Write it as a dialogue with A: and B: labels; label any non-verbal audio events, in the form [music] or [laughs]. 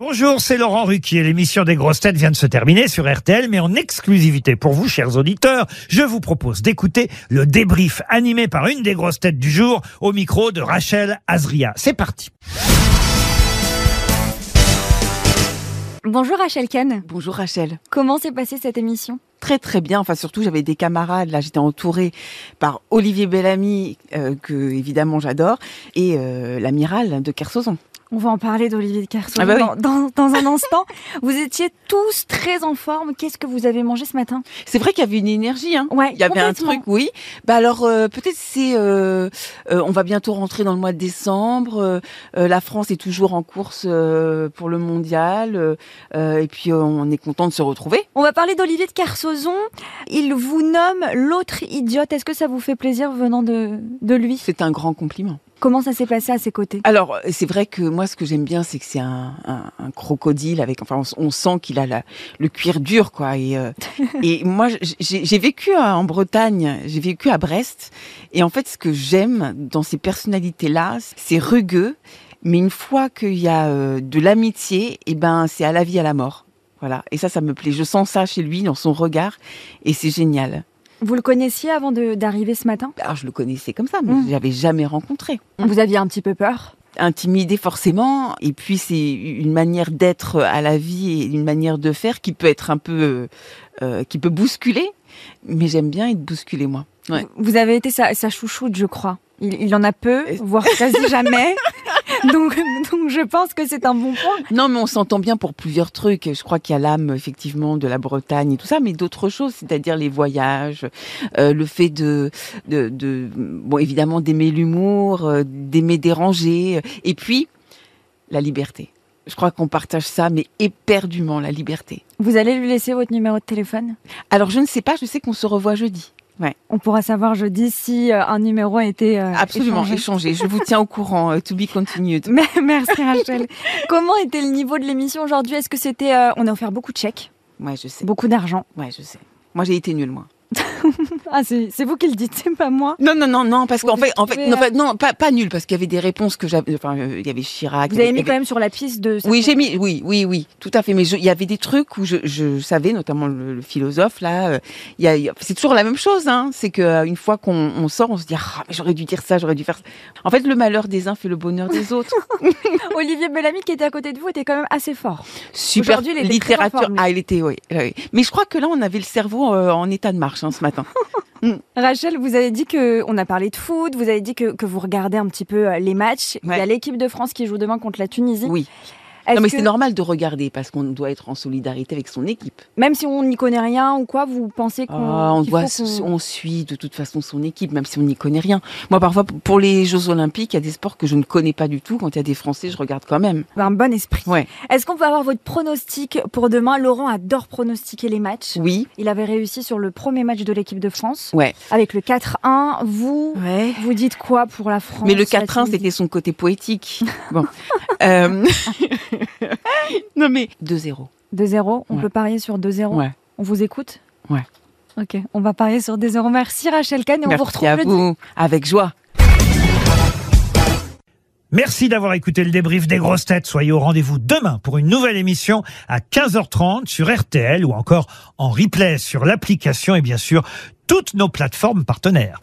A: Bonjour, c'est Laurent Ruquier. L'émission des grosses têtes vient de se terminer sur RTL, mais en exclusivité pour vous, chers auditeurs, je vous propose d'écouter le débrief animé par une des grosses têtes du jour au micro de Rachel Azria. C'est parti.
B: Bonjour Rachel Kahn.
C: Bonjour Rachel.
B: Comment s'est passée cette émission
C: Très très bien. Enfin surtout j'avais des camarades là. J'étais entourée par Olivier Bellamy euh, que évidemment j'adore et euh, l'amiral de Kersauzon.
B: On va en parler d'Olivier de Carson
C: Ah bah oui.
B: dans, dans- dans un instant. [laughs] vous étiez tous très en forme. Qu'est-ce que vous avez mangé ce matin
C: C'est vrai qu'il y avait une énergie. Hein.
B: Ouais,
C: Il y avait un
B: complètement.
C: truc, oui. Bah alors euh, peut-être c'est euh, euh, on va bientôt rentrer dans le mois de décembre. euh, euh, la France est toujours en course euh, pour le mondial euh, euh, et puis euh, on est content de se retrouver.
B: On va parler d'Olivier de Carsozon. Il vous nomme l'autre idiote. Est-ce que ça vous fait plaisir venant de, de lui
C: C'est un grand compliment.
B: Comment ça s'est passé à ses côtés
C: Alors, euh, c'est vrai que moi, ce que j'aime bien, c'est que c'est un, un- un crocodile avec. Enfin, on, s- on sent qu'il a la- le cuir dur, quoi. Et, euh, et moi, j- j'ai j'ai vécu à- en Bretagne, j'ai vécu à Brest. Et en fait, ce que j'aime dans ces personnalités-là, c'est rugueux. Mais une fois qu'il y a euh, de l'amitié, et ben, c'est à la vie, à la mort. Voilà. Et ça, ça me plaît. Je sens ça chez lui, dans son regard. Et c'est génial.
B: Vous le connaissiez avant de- d'arriver ce matin
C: Alors, je le connaissais comme ça, mais
B: Mm.
C: je l'avais jamais rencontré.
B: Vous aviez un petit peu peur
C: intimider forcément et puis c'est une manière d'être à la vie et une manière de faire qui peut être un peu euh, qui peut bousculer mais j'aime bien être bousculée moi Ouais.
B: Vous avez été sa, sa chouchoute, je crois. Il, il en a peu,
C: Et-
B: voire quasi jamais. [laughs] donc, donc je pense que c'est un bon point.
C: non mais on s'entend bien pour plusieurs trucs je crois qu'il y a l'âme effectivement de la Bretagne et tout ça mais d'autres choses c'est-à-dire les voyages euh, le fait de, de de bon évidemment d'aimer l'humour euh, d'aimer déranger euh, et puis la liberté je crois qu'on partage ça mais éperdument la liberté
B: Vous allez lui laisser votre numéro de téléphone
C: alors je ne sais pas je sais qu'on se revoit jeudi
B: On pourra savoir jeudi si euh, un numéro a été euh,
C: Absolument,
B: échangé. [laughs]
C: échanger. Je vous tiens au courant. euh, To be continued.
B: Mais- Merci Rachel. Comment était le niveau de l'émission aujourd'hui Est-ce que c'était euh, on a offert beaucoup de chèques,
C: [laughs] Ouais, je sais.
B: beaucoup d'argent
C: Ouais, je sais. Moi, j'ai été nulle, moi.
B: Ah c'est c'est vous qui le dites, [laughs] c'est pas moi.
C: Non, non, non, non, parce
B: Vous
C: qu'en fait, en
B: trouvez,
C: fait, non,
B: euh,
C: pas- non, pas, pas nulle, parce qu'il y avait des réponses que j'avais. Enfin, euh, il y avait Chirac.
B: Vous
C: il y
B: avez
C: avait-
B: mis quand même sur la piste de.
C: Oui, j'ai mis, oui, oui, oui, tout à fait. Mais je- il y avait des trucs où je, je savais, notamment le, le philosophe là. euh, Il y a- il y a- c'est toujours la même chose. Hein, c'est que euh, une fois qu'on on sort, on se dit ah, mais j'aurais dû dire ça, j'aurais dû faire. ça. En fait, le malheur des uns fait le bonheur des autres.
B: [laughs] Olivier Bellamy qui était à côté de vous était quand même assez fort.
C: Super
B: Aujourd'hui, il était très en
C: littérature.
B: forme, lui.
C: Ah, il était, oui, oui. Mais je crois que là, on avait le cerveau euh, en état de marche hein, ce matin.
B: Rachel, vous avez dit que on a parlé de foot, vous avez dit que, que vous regardez un petit peu euh, les matchs. Il y a
C: Ouais.
B: l'équipe de France qui joue demain contre la Tunisie.
C: Oui.
B: Est-ce
C: Non, mais
B: que,
C: c'est normal de regarder parce qu'on doit être en solidarité avec son équipe.
B: Même si on n'y connaît rien ou quoi, vous pensez qu'on
C: Ah, on
B: qu'il
C: doit,
B: faut
C: s-
B: qu'on-
C: on suit de toute façon son équipe, même si on n'y connaît rien. Moi, parfois, p- pour les Jeux Olympiques, il y a des sports que je ne connais pas du tout. Quand il y a des Français, je regarde quand même.
B: un bon esprit.
C: Ouais.
B: Est-ce qu'on peut avoir votre pronostic pour demain Laurent adore pronostiquer les matchs.
C: Oui.
B: Il avait réussi sur le premier match de l'équipe de France.
C: Ouais.
B: Avec le 4-1, vous,
C: Ouais.
B: vous dites quoi pour la France
C: Mais le
B: la
C: 4-1,
B: Tunisie
C: c'était son
B: [laughs]
C: côté poétique. Bon. Euh, [laughs] non, mais 2-0.
B: 2-0, on
C: Ouais.
B: peut parier sur 2-0.
C: Ouais.
B: On vous écoute
C: Ouais.
B: Ok, on va parier sur 2-0. Merci Rachel Kahn et on vous
C: Merci
B: retrouve
C: à
B: le
C: vous. Avec joie.
A: Merci d'avoir écouté le débrief des grosses têtes. Soyez au rendez-vous demain pour une nouvelle émission à 15h30 sur RTL ou encore en replay sur l'application et bien sûr toutes nos plateformes partenaires.